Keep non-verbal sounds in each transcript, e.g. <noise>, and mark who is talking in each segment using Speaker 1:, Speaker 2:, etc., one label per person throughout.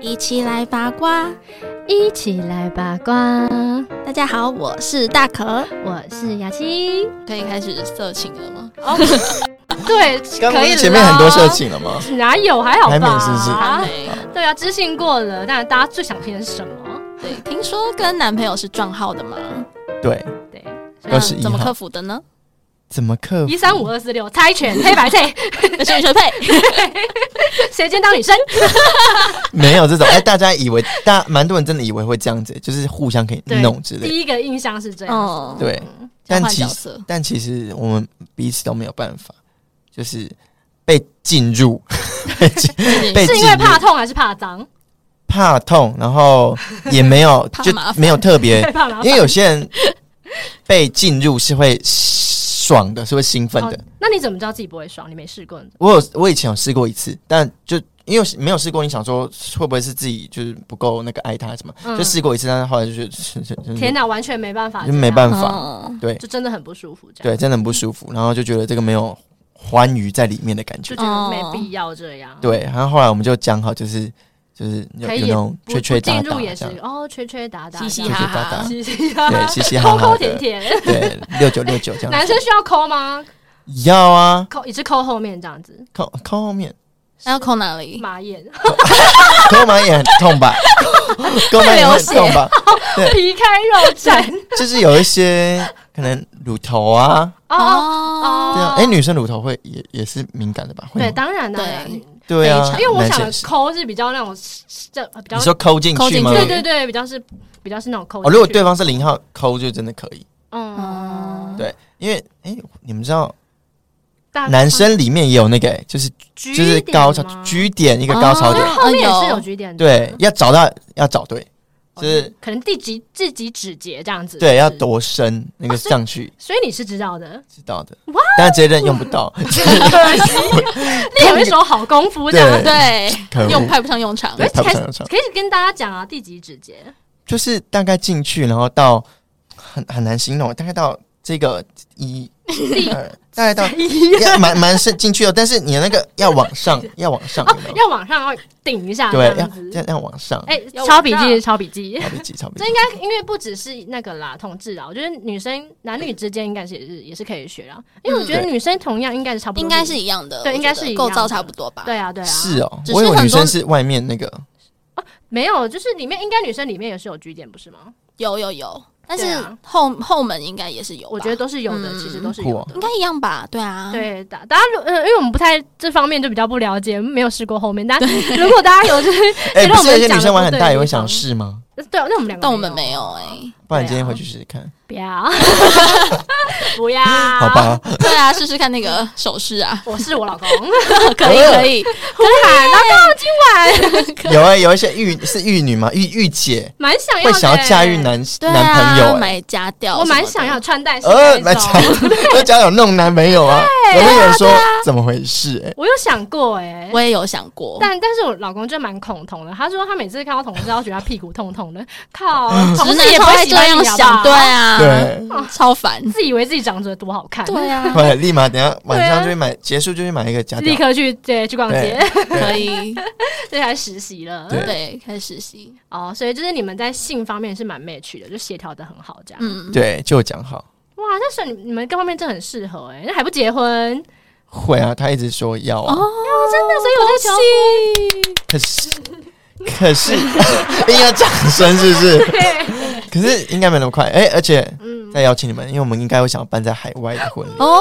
Speaker 1: 一起来八卦。
Speaker 2: 一起来八卦。
Speaker 1: 大家好，我是大可，
Speaker 2: 我是雅琪。
Speaker 3: 可以开始色情了吗？
Speaker 2: 对，
Speaker 4: 刚刚
Speaker 2: 可
Speaker 4: 不
Speaker 2: 以
Speaker 4: 是
Speaker 2: 了
Speaker 4: 前面很多事，情了吗？
Speaker 2: 哪有？还好吧？
Speaker 4: 还没是不是
Speaker 3: 还
Speaker 2: 啊
Speaker 3: 没。
Speaker 2: 对啊，知性过了，但大家最想听的是什么？
Speaker 3: 对，听说跟男朋友是撞号的嘛？
Speaker 4: 对，
Speaker 2: 对，
Speaker 3: 那
Speaker 4: 21
Speaker 3: 怎么
Speaker 4: 号
Speaker 3: 克服的呢？ <laughs>
Speaker 4: 怎么克服？
Speaker 2: 一三五二四六，猜拳，黑白配，
Speaker 3: 学学配，
Speaker 2: <laughs> 谁先当女
Speaker 4: <laughs>
Speaker 2: 生？
Speaker 4: 没有这种，哎，大家以为大蛮多人真的以为会这样子，就是互相可以
Speaker 2: 对
Speaker 4: 弄之类的。
Speaker 2: 第一个印象是这样。
Speaker 3: 哦，
Speaker 4: 对，
Speaker 3: 交
Speaker 4: 但
Speaker 3: 换
Speaker 4: 其
Speaker 3: 角
Speaker 4: 实
Speaker 3: 色，
Speaker 4: 但其实我们彼此都没有办法，就是被进入， <laughs> 被
Speaker 2: 是
Speaker 4: 进
Speaker 2: 因为怕
Speaker 4: 入
Speaker 2: 痛还是怕脏？
Speaker 4: 怕痛，然后也
Speaker 2: <laughs>
Speaker 4: 没有
Speaker 3: 怕
Speaker 4: 就
Speaker 3: 麻烦
Speaker 4: 没有特别
Speaker 2: 害， <laughs> 怕麻烦
Speaker 4: 哎因为有些人被进入是会爽的，是会兴奋的
Speaker 2: 哦。那你怎么知道自己不会爽？你没试过？
Speaker 4: 我有我以前有试过一次，但就因为没有试过，你想说会不会是自己就是不够那个爱他什么？
Speaker 2: 嗯
Speaker 4: 就试过一次，但是后来就是是 <laughs> 是是
Speaker 2: 天哪，完嗯全没办法，
Speaker 4: 就没办
Speaker 2: 法，
Speaker 4: 法，
Speaker 3: 哦
Speaker 4: 对
Speaker 2: 就真的很不舒服，这样
Speaker 4: 对，真的很不舒服，然后就觉得这个没有欢愉在里面的感觉
Speaker 2: 就，觉得没必要这样。
Speaker 4: 对。然后后来我们就讲好，就是就是有
Speaker 2: 可
Speaker 4: 有
Speaker 2: 以
Speaker 4: 那种
Speaker 2: 不
Speaker 4: 缺缺
Speaker 2: 不进
Speaker 4: 打
Speaker 2: 入
Speaker 4: 打
Speaker 2: 也
Speaker 4: 这
Speaker 2: 是
Speaker 4: 样，
Speaker 2: 哦，缺缺打打，
Speaker 3: 嘻嘻
Speaker 4: 缺
Speaker 2: 这
Speaker 4: 缺
Speaker 2: 样
Speaker 3: 哈
Speaker 4: 打
Speaker 3: 哈
Speaker 4: 打，
Speaker 2: 嘻嘻哈哈 <laughs>
Speaker 4: 对，，嘻嘻哈
Speaker 2: 抠抠
Speaker 4: 哈
Speaker 2: 舔
Speaker 4: 的，
Speaker 2: 舔。
Speaker 4: 对，六九六九这样
Speaker 2: 男
Speaker 4: 子。
Speaker 2: 生需要抠吗？
Speaker 4: 要啊，
Speaker 2: 抠一直抠后面这样子，
Speaker 4: 靠靠后面，
Speaker 3: 那要扣哪里？
Speaker 2: 马眼 <laughs>
Speaker 4: 抠满也很痛吧， <laughs> 抠满
Speaker 3: 会
Speaker 4: 也
Speaker 3: 流
Speaker 4: 很
Speaker 3: 血
Speaker 4: 痛吧，
Speaker 2: 皮开肉绽。
Speaker 4: 就是有一些可能乳头啊，
Speaker 2: 哦
Speaker 3: 哦，
Speaker 4: 对啊
Speaker 2: 哦，，
Speaker 4: 哎、女生乳头会也也是敏感的吧？会
Speaker 2: 对，
Speaker 4: 吗
Speaker 2: 当然当
Speaker 3: 对
Speaker 2: 然，因
Speaker 4: 对啊
Speaker 3: 非，常
Speaker 2: 为我
Speaker 4: 男
Speaker 2: 想
Speaker 4: 生也
Speaker 2: 的
Speaker 4: 是
Speaker 2: 抠是比较那种这比较
Speaker 4: 你，说抠进
Speaker 3: 抠
Speaker 4: 去
Speaker 3: 进
Speaker 4: 吗？
Speaker 3: 去
Speaker 2: 对对对，比较是比较是那种抠进去。
Speaker 4: 哦，如果对方是零号抠，就真的可以，
Speaker 3: 哦
Speaker 2: 嗯，
Speaker 4: 对因为哎、你们知道
Speaker 2: 大
Speaker 4: 男生里面也有那个、哎就是
Speaker 2: 就
Speaker 4: 就是高潮居点一个高潮点，
Speaker 3: 哦
Speaker 2: 后面也
Speaker 3: 啊
Speaker 2: 是
Speaker 3: 有
Speaker 2: 有局点的，
Speaker 4: 对，要找到要找对，
Speaker 2: 哦，
Speaker 4: 就是
Speaker 2: 可能第几自己指节这样子，
Speaker 4: 对要
Speaker 2: 是不是
Speaker 4: 多深那个
Speaker 2: 哦所以哦
Speaker 4: 上去
Speaker 2: 所以你是知道的，
Speaker 4: 知道的，但这些人用不到，
Speaker 2: 你有一手好功夫这样哎
Speaker 4: 对。
Speaker 3: 哦对，
Speaker 4: 可恶
Speaker 3: 用派不上用场。
Speaker 4: 对派不上用场，
Speaker 2: 可以跟大家讲啊，第几指节？
Speaker 4: 就是大概进去，然后到很很难形容，大概到这个一
Speaker 2: 第
Speaker 4: 二，大概到要蛮蛮深进去哦，但是你的那个要往
Speaker 2: <laughs>
Speaker 4: 上，要往上，有没有
Speaker 2: 要往上哦要顶一下，
Speaker 4: 对，
Speaker 2: 这
Speaker 4: 要
Speaker 2: 样
Speaker 4: 这
Speaker 2: 子。
Speaker 4: 样要往上。
Speaker 2: 哎，
Speaker 3: 要
Speaker 2: 抄笔
Speaker 3: 往
Speaker 2: 记，
Speaker 3: 上
Speaker 2: 抄笔记。
Speaker 4: 差不多差
Speaker 2: 这
Speaker 4: 不多
Speaker 2: 应。该因为不只是那个啦，同志啊，我觉得女生男女之间应该是也是也是可以学啦，啊因为我觉得
Speaker 4: 对
Speaker 2: 女生同样应该是差不多，
Speaker 3: 应该是一样的，
Speaker 2: 对
Speaker 3: 我
Speaker 2: 应该
Speaker 3: 觉得
Speaker 2: 是一样
Speaker 3: 构
Speaker 2: 的
Speaker 3: 造差不多吧？
Speaker 2: 对啊对啊，
Speaker 4: 是哦，
Speaker 3: 只是
Speaker 4: 我以为
Speaker 3: 很
Speaker 4: 女
Speaker 3: 多
Speaker 4: 生是外面那个，
Speaker 2: 没有就是里面应该女生里面也是有 G 点不是吗？
Speaker 3: 有有有，但
Speaker 2: 对
Speaker 3: 是
Speaker 2: 啊
Speaker 3: 后后门应该也是有吧，
Speaker 2: 我觉得都是有的，其实都是有
Speaker 4: 嗯酷
Speaker 2: 的
Speaker 3: 应。该一样吧？对啊，，
Speaker 2: 对，大大家如呃，因为我们不太这方面就比较不了解，没有试过后面。但如果大家有就是，
Speaker 4: 哎，
Speaker 2: 觉得
Speaker 4: 不
Speaker 2: 我
Speaker 4: 是有
Speaker 2: 们
Speaker 4: 些
Speaker 2: 讲得
Speaker 4: 女生玩
Speaker 2: 不
Speaker 4: 很
Speaker 2: 对
Speaker 4: 大
Speaker 2: 的
Speaker 4: 也
Speaker 2: 地
Speaker 4: 会想
Speaker 2: 方
Speaker 4: 试吗？
Speaker 2: 对，啊那我们两个，
Speaker 3: 但我们没有，哎，
Speaker 4: 不然
Speaker 2: 对
Speaker 4: 今天
Speaker 2: 啊
Speaker 4: 回去试试看，
Speaker 2: 不
Speaker 4: <laughs>
Speaker 2: 要，不要，好，，
Speaker 4: 好吧？
Speaker 3: 对啊，试试看那个手势啊哦
Speaker 2: 我是我
Speaker 4: <laughs>
Speaker 2: 老公，
Speaker 3: <laughs> 可以可以，
Speaker 2: 胡海，老公今晚
Speaker 4: 有哎，有一些玉是玉女嘛，玉玉姐
Speaker 2: 蛮想要
Speaker 4: 会
Speaker 2: 的
Speaker 4: 想要驾驭
Speaker 2: 欸，
Speaker 4: 男
Speaker 3: 对
Speaker 4: 男朋
Speaker 3: 啊，
Speaker 4: 友哎，
Speaker 3: 买家调，
Speaker 2: 我蛮想要。穿戴式
Speaker 4: 呃，
Speaker 2: 那
Speaker 4: 蛮
Speaker 2: 种
Speaker 4: 想，我讲 <laughs> 有弄男朋
Speaker 2: <laughs>
Speaker 4: 友啊，有没有人说怎么回事？哎，
Speaker 2: 我有想过哎、
Speaker 3: 我也有想过，
Speaker 2: 但但是我老公就蛮恐同的，他说他每次看到同志，他觉得他屁股痛痛的，靠，同
Speaker 3: 直
Speaker 2: 志
Speaker 3: 男
Speaker 2: 也
Speaker 3: 嗯也
Speaker 2: 不
Speaker 3: 不
Speaker 2: 会
Speaker 3: 会
Speaker 2: 喜
Speaker 3: 这
Speaker 2: 欢
Speaker 3: 样
Speaker 2: 你好不
Speaker 3: 想，
Speaker 2: 好
Speaker 3: 对，啊，，
Speaker 2: 嗯
Speaker 4: 对，
Speaker 3: 超烦，
Speaker 2: 自以为自己长得多好看，
Speaker 3: 对
Speaker 4: <laughs>
Speaker 3: 啊，
Speaker 4: 快立马等一下晚
Speaker 2: 对啊
Speaker 4: 上就去买，结束就去买一个假
Speaker 2: 立
Speaker 4: 屌，
Speaker 2: 刻去对去逛街，
Speaker 3: 可以，
Speaker 2: 这才实习了，
Speaker 4: 对
Speaker 3: 对，开始实习，
Speaker 2: 哦，所以就是你们在性方面是蛮 match 的，就协调的很好，这样，
Speaker 3: 嗯，
Speaker 4: 对，就讲好。
Speaker 2: 哇，那时候你你们各方面真的很适合哎、那还不结婚，
Speaker 4: 会啊，他一直说要啊，
Speaker 2: 哦真的，所以我在求
Speaker 4: 可是可是 <laughs> 应该掌声是不是？
Speaker 2: <laughs>
Speaker 4: 可是应该没那么快，哎、而且
Speaker 2: 嗯
Speaker 4: 再邀请你们，因为我们应该会想要办在海外的婚礼，
Speaker 3: 哦，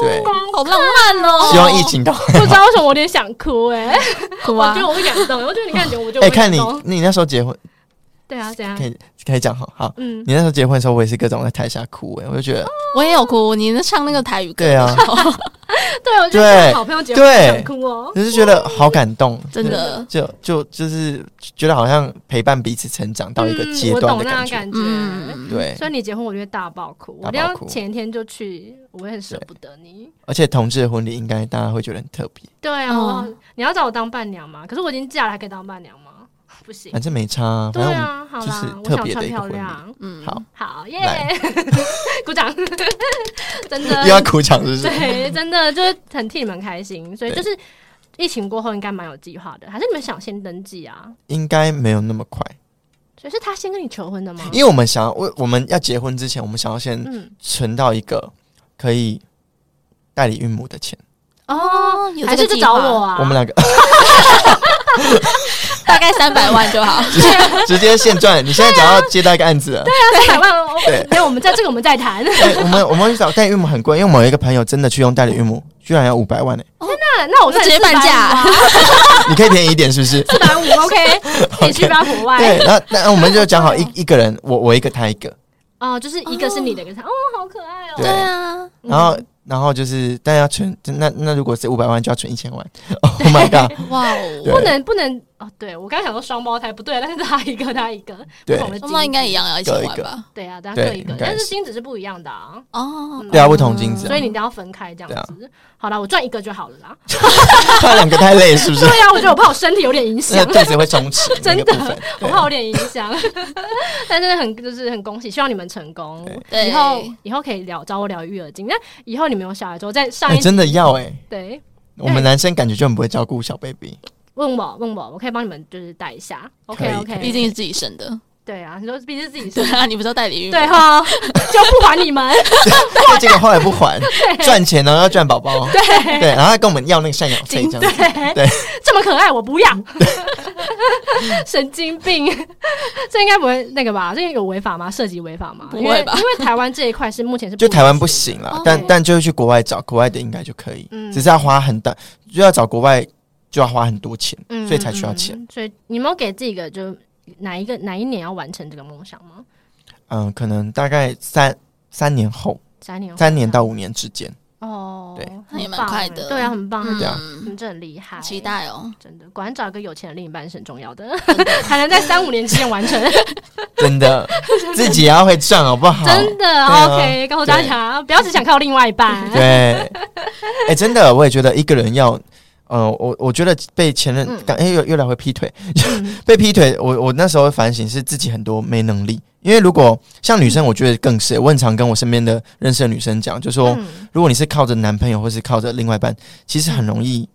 Speaker 4: 对，
Speaker 3: 好浪漫哦，
Speaker 4: 希望疫情到。
Speaker 2: 不知道为什么我有点想哭哎、
Speaker 3: 哭
Speaker 2: 我
Speaker 3: 啊
Speaker 2: 觉，得我会感动，我觉得你感觉我就会
Speaker 4: 哎、看
Speaker 2: 感
Speaker 4: 你
Speaker 2: 动，，
Speaker 4: 你那时候结婚
Speaker 2: 对啊，这样
Speaker 4: 可，以可以讲好好，
Speaker 2: 嗯。
Speaker 4: 你那时候结婚的时候，我也是各种在台下哭、哎，我就觉
Speaker 2: 哦
Speaker 4: 得
Speaker 3: 我也有哭，你那唱那个台语歌
Speaker 4: 对
Speaker 3: 的
Speaker 4: 啊
Speaker 3: 时候，
Speaker 2: 对，我就
Speaker 4: 对
Speaker 2: 跟好朋友结婚
Speaker 4: 对
Speaker 2: 想哭哦。
Speaker 4: 就是觉得好感动，
Speaker 3: 真的
Speaker 4: 就，就就就是觉得好像陪伴彼此成长到一个
Speaker 2: 嗯
Speaker 4: 阶
Speaker 2: 我
Speaker 4: 段
Speaker 2: 懂
Speaker 4: 的
Speaker 2: 那种
Speaker 4: 感觉，
Speaker 2: 感觉。
Speaker 3: 嗯，
Speaker 4: 对。
Speaker 2: 所以你结婚，我就会大爆哭，我一
Speaker 4: 大爆
Speaker 2: 定要
Speaker 4: 哭
Speaker 2: 前一天就去，我也很舍不得你。
Speaker 4: 而且同志的婚礼，应该大家会觉得很特别，
Speaker 2: 对啊，
Speaker 3: 哦
Speaker 2: 我你要找我当伴娘吗？可是我已经嫁了，还可以当伴娘吗？不行。
Speaker 4: 反正没差、啊，
Speaker 2: 对
Speaker 4: 反正我们
Speaker 2: 啊，好
Speaker 4: 就
Speaker 2: 啦
Speaker 4: 是，
Speaker 2: 我
Speaker 4: 特
Speaker 2: 想
Speaker 4: 别的
Speaker 2: 穿
Speaker 4: 一个
Speaker 2: 漂
Speaker 4: 婚礼
Speaker 2: 亮。
Speaker 3: 嗯，
Speaker 4: 好，
Speaker 2: 好耶
Speaker 4: 来，
Speaker 2: <laughs> 鼓
Speaker 4: <laughs>
Speaker 2: 掌，真
Speaker 4: 又要
Speaker 2: 的。
Speaker 4: 哭场是不是？
Speaker 2: 对，真的就是很替你们开心，所以就是。疫情过后应该蛮有计划的，还是你们想先登记啊？
Speaker 4: 应该没有那么快，
Speaker 2: 所以是他先跟你求婚的吗？
Speaker 4: 因为我们想要我我们要结婚之前，我们想要先
Speaker 2: 嗯，
Speaker 4: 存到一个可以代理孕母的钱。
Speaker 2: 哦，
Speaker 3: 有
Speaker 2: 还
Speaker 3: 这
Speaker 2: 是
Speaker 3: 个
Speaker 2: 就
Speaker 3: 计
Speaker 2: 找
Speaker 3: 划
Speaker 2: 我啊？
Speaker 4: 我们两个 <laughs>
Speaker 3: 大概三百万就好。
Speaker 4: 直接现赚，你现在只
Speaker 2: 啊
Speaker 4: 要接到一个案子了，
Speaker 2: 三百万，我
Speaker 4: 对
Speaker 2: 没有，我们在这个我们再谈。
Speaker 4: 对，我们我们找代理孕母很贵，因为我们有一个朋友真的去用代理孕母，居然要五百万欸呢、
Speaker 2: 那那我
Speaker 3: 直接半价
Speaker 4: 你可以便宜一点是不是？
Speaker 2: 四百五 <laughs> ，OK，也去吧国
Speaker 4: 对
Speaker 2: 外。，
Speaker 4: 那那我们就讲好一一个人，我我一个，他一个，
Speaker 2: 哦，就是一个是你的，一个是他，哦，好可爱哦。
Speaker 4: <laughs> 对
Speaker 3: 啊，
Speaker 2: 嗯
Speaker 4: 然后然后就是，但要存，那那如果是五百万，就要存一千万。Oh my god！
Speaker 3: 哇哦，
Speaker 4: 对
Speaker 2: 不能不能哦，对我刚才想说双胞胎不对，啊但是他一个他一个，
Speaker 4: 对
Speaker 2: <laughs> 不同的
Speaker 3: 双胞
Speaker 2: 基
Speaker 3: 应该一样要一起
Speaker 4: 各一
Speaker 3: 玩
Speaker 4: 个
Speaker 3: 吧？
Speaker 2: 对啊，大家
Speaker 4: 对
Speaker 2: 各一个
Speaker 4: 应，该
Speaker 2: 但是
Speaker 4: 是
Speaker 2: 精子是不一样的啊。
Speaker 3: 哦，
Speaker 4: 对啊，不同金子、
Speaker 2: 所以
Speaker 4: 啊，
Speaker 2: 你都要分开这
Speaker 4: 对啊
Speaker 2: 样子。好了，我赚一个就好了啦。 <laughs>
Speaker 4: 他两个太累是不是
Speaker 2: 对？啊，我觉得我怕我身体有点影
Speaker 4: 那
Speaker 2: 响，
Speaker 4: 肚子会充气那个部分，
Speaker 2: <laughs>
Speaker 4: 啊
Speaker 2: 我怕我有点影响。 <laughs> 但是很就是很恭喜，希望你们成功。
Speaker 3: 对
Speaker 2: 以后以后可以聊找我聊育儿经。那以后你们有小孩之后，在上
Speaker 4: 哎
Speaker 2: 一集
Speaker 4: 真的要哎、
Speaker 2: 对
Speaker 4: 我们男生感觉就很不会照顾小 baby，
Speaker 2: 问我问我，我可以帮你们就是带一下。
Speaker 4: 可
Speaker 2: OK
Speaker 4: 以可以
Speaker 2: OK，
Speaker 3: 毕竟是自己生
Speaker 2: <laughs>
Speaker 3: 的。
Speaker 2: 对啊，你说毕竟是自己
Speaker 3: 对
Speaker 4: <laughs>
Speaker 2: 生。
Speaker 3: <laughs> 啊，你不知道代理孕母
Speaker 2: 对哈，就不还你们。啊
Speaker 4: 结果后来不还，赚钱哦然后要赚宝宝，对对，然后他跟我们要那个赡养
Speaker 2: <laughs>
Speaker 4: 费这样子，
Speaker 2: 这么可爱，我不
Speaker 4: <laughs>
Speaker 2: 要，神经病！这应该不会那个吧？这有违法吗？涉及违法吗？
Speaker 3: 不
Speaker 2: 因为
Speaker 3: 会吧
Speaker 2: 因为台湾这一块是目前是
Speaker 4: 就台湾
Speaker 2: 允
Speaker 4: 不
Speaker 2: 许
Speaker 4: 行啦
Speaker 3: 哦，
Speaker 4: 但但就是去国外找，国外的应该就可以，
Speaker 2: 嗯
Speaker 4: 只是要花很大，就要找国外就要花很多钱，
Speaker 2: 的，
Speaker 4: 所以才需要钱
Speaker 2: 嗯。嗯嗯所以你们有给自己一个就哪一个哪一年要完成这个梦想吗？
Speaker 4: 嗯，可能大概三三年后，
Speaker 2: 三年后，
Speaker 4: 三年到五年之间，
Speaker 2: 哦，
Speaker 4: 对
Speaker 2: 很
Speaker 3: 那也蛮
Speaker 2: 棒
Speaker 3: 快
Speaker 2: 欸
Speaker 3: 的嗯
Speaker 2: 对啊，很棒，
Speaker 4: 对啊
Speaker 2: 你们真的很厉害，欸
Speaker 3: 期。待哦，
Speaker 2: 真的，果然找一个有钱的另一半是很重要的， <laughs> 才能在三五年之间完成。
Speaker 4: 真的自己也要会赚好不
Speaker 2: <laughs>
Speaker 4: 好？
Speaker 2: 真的
Speaker 4: 对啊
Speaker 2: ，OK，告诉大家，不要只想靠另外一半。
Speaker 4: 对，哎、真的，我也觉得一个人要，呃，我我觉得被前任
Speaker 2: 嗯，
Speaker 4: 感、哎又又来回劈腿，
Speaker 2: 嗯
Speaker 4: 被劈腿，我我那时候反省是自己很多没能力，因为如果像女
Speaker 2: 嗯
Speaker 4: 生，我觉得更是，我很常跟我身边的认识的女生讲，就说、
Speaker 2: 嗯
Speaker 4: 如果你是靠着男朋友或是靠着另外一半，其实很容
Speaker 2: 嗯
Speaker 4: 易，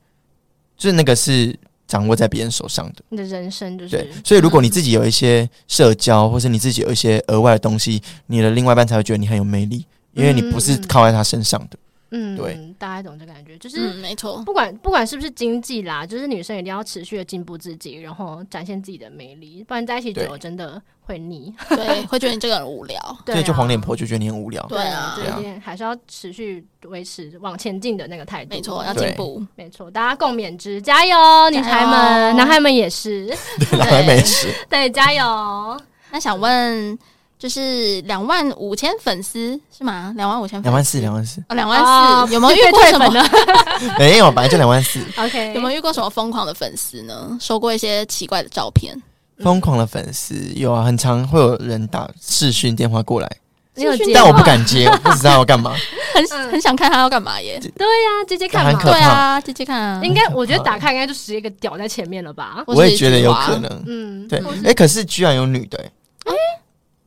Speaker 4: 就是那个是掌握在别人手上的。
Speaker 2: 你的人生就
Speaker 4: 对
Speaker 2: 是，
Speaker 4: 所以如果你自己有一些社交，或是你自己有一些额外的东西，你的另外一半才会觉得你很有魅力，因为你不是
Speaker 2: 嗯嗯嗯
Speaker 4: 靠在他身上的。
Speaker 2: 嗯，
Speaker 4: 对，
Speaker 2: 大概懂这感觉，就是
Speaker 3: 嗯，没错，
Speaker 2: 不管不管是不是经济啦，就是女生一定要持续的进步自己，然后展现自己的魅力，不然在一起久了
Speaker 4: 对
Speaker 2: 真的会腻。
Speaker 3: 对，会觉得你这个人无聊。
Speaker 2: <laughs> 对
Speaker 4: 所
Speaker 2: 啊，
Speaker 4: 以就黄脸婆就觉得你很无聊。
Speaker 2: 对
Speaker 3: 啊
Speaker 2: 这
Speaker 4: 对啊
Speaker 2: 一点还是要持续维持往前进的那个态度。
Speaker 3: 没错，要
Speaker 4: 对
Speaker 3: 进步。
Speaker 2: 没错，大家共勉之，加油，女孩
Speaker 3: 加油
Speaker 2: 们，男孩们也是， <laughs>
Speaker 4: 对，然后没事。
Speaker 2: 对，加油。
Speaker 3: 那想问，就是两万五千粉丝是吗？两万五千，
Speaker 4: 两万四，两万四，
Speaker 3: 哦，两万
Speaker 2: 哦
Speaker 3: 四，有没有遇过什
Speaker 2: 被退粉
Speaker 3: 么？
Speaker 4: 没有，本来就两万四。
Speaker 2: <laughs> OK，
Speaker 3: <laughs> 有没有遇过什么疯狂的粉丝呢？收过一些奇怪的照片，
Speaker 4: 疯狂的粉丝有啊，很常会有人打视讯电话过来，
Speaker 2: 你有
Speaker 3: 私讯
Speaker 2: 接
Speaker 4: 但我
Speaker 2: 吗
Speaker 4: 不敢接，我不知道要
Speaker 2: <laughs>
Speaker 4: 干嘛。
Speaker 3: 很
Speaker 2: 嗯
Speaker 3: 很想看他要干嘛耶？
Speaker 2: 对呀，直接看
Speaker 4: 很
Speaker 2: 嘛
Speaker 4: 可。怕
Speaker 3: 对啊，姐姐看啊，
Speaker 2: 应该我觉得打开应该就直接一个屌在前面了吧？
Speaker 3: 或是
Speaker 4: 我也觉得有
Speaker 3: 菊花
Speaker 4: 可，能。
Speaker 2: 嗯，
Speaker 4: 对
Speaker 2: 或，是
Speaker 4: 哎，可是居然有女的，哎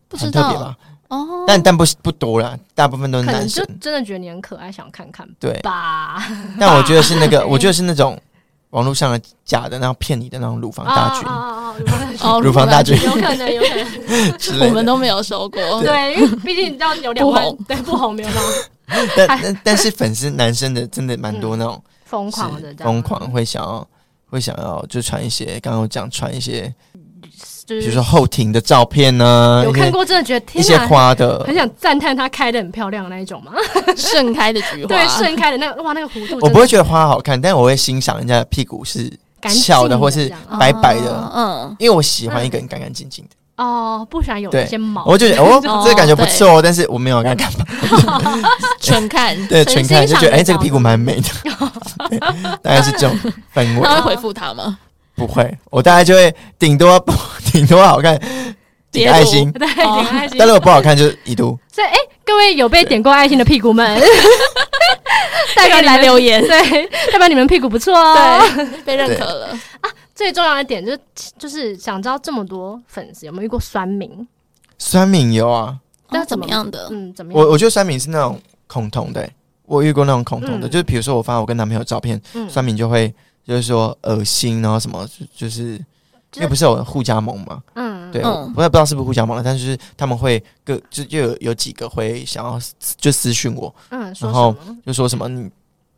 Speaker 3: 不知
Speaker 4: 很特别
Speaker 3: 道
Speaker 4: 吧？
Speaker 3: 哦。
Speaker 4: 但但不是不多啦，大部分都是
Speaker 2: 可能
Speaker 4: 男
Speaker 2: 就
Speaker 4: 生。
Speaker 2: 真的觉得你很可爱，想看看
Speaker 4: 对，
Speaker 2: 吧。哦
Speaker 4: 但我觉得是那
Speaker 2: <laughs>
Speaker 4: 个，我觉得是那种网络上的假的，然后骗你的那种乳房大
Speaker 2: 啊
Speaker 4: 军
Speaker 2: 啊啊啊
Speaker 3: 哦，
Speaker 4: 乳房大军
Speaker 2: 有可能，有可
Speaker 4: <laughs>
Speaker 2: 能，
Speaker 4: 之
Speaker 3: 我
Speaker 4: 类
Speaker 3: 们
Speaker 4: 的。
Speaker 3: 都没有收
Speaker 4: <laughs>
Speaker 3: 过。
Speaker 2: 对，因为毕竟你知道有两万
Speaker 3: 不，
Speaker 2: 对，不红没有那么
Speaker 4: 但但但是粉丝男生的真的蛮多那种
Speaker 2: <laughs> 嗯疯
Speaker 4: 是
Speaker 2: 狂的这样，
Speaker 4: 疯狂会想要会想要就传一些刚刚我讲传一些，
Speaker 2: 就
Speaker 4: 比如
Speaker 2: 是
Speaker 4: 说后庭的照片呢，
Speaker 2: 有
Speaker 4: 一
Speaker 2: 看
Speaker 4: 些
Speaker 2: 过，真的觉得天
Speaker 4: 一些
Speaker 2: 哪，
Speaker 4: 花的
Speaker 2: 很。想赞叹它开的很漂亮的那一种嘛，
Speaker 3: 盛开的菊花，
Speaker 2: <laughs> 对，盛开的那个哇，那个弧度，
Speaker 4: 我不会觉得花好看，但我会欣赏人家的屁股是
Speaker 2: 干净
Speaker 4: 翘的或
Speaker 2: 这
Speaker 4: 是
Speaker 2: 样嗯
Speaker 4: 白白的，
Speaker 3: 哦，
Speaker 4: 因为我喜欢一个人干干净净的，
Speaker 2: 哦，不想有
Speaker 4: 对
Speaker 2: 一些毛，
Speaker 4: 我就觉得哦
Speaker 3: 哦，
Speaker 4: 这个感觉不错哦，但是我没有要干干嘛，
Speaker 3: 嗯，纯看，
Speaker 4: <laughs> 对，
Speaker 2: 纯
Speaker 4: 纯看就觉得
Speaker 2: 欣赏
Speaker 4: 哎，这个屁股蛮美的，对大概是这种氛围。
Speaker 3: 他 <laughs> 会回复他吗？
Speaker 4: 不会，我大概就会顶多 <laughs> 顶多好看，点个
Speaker 2: <laughs>
Speaker 4: 爱心。
Speaker 2: 对，点爱心
Speaker 4: 但。如果不好看，就是已读。
Speaker 2: 所以，哎，各位有被点过爱心的屁股们， <laughs> 代表你们
Speaker 3: 来留言
Speaker 2: <laughs> 对，代表你们屁股不错哦。
Speaker 3: 对，被认可了，
Speaker 2: 最重要的点就是，就是想知道这么多粉丝有没有遇过酸民？
Speaker 4: 酸敏有啊，
Speaker 3: 那哦怎么样的？
Speaker 2: 嗯，怎么样？
Speaker 4: 我我觉得酸敏是那种恐同的欸、我遇过那种恐同的，
Speaker 2: 嗯
Speaker 4: 就是比如说我发我跟男朋友的照片，
Speaker 2: 嗯
Speaker 4: 酸敏就会就是说恶心，然后什么就就是
Speaker 3: 就是
Speaker 4: 因为不是有互加盟嘛？
Speaker 2: 嗯，
Speaker 4: 对，
Speaker 3: 嗯
Speaker 4: 我也不知道是不是互加盟了，但是他们会各就就有有几个会想要就私讯我，
Speaker 2: 嗯，说
Speaker 4: 然后
Speaker 2: 什么
Speaker 4: 就说什么你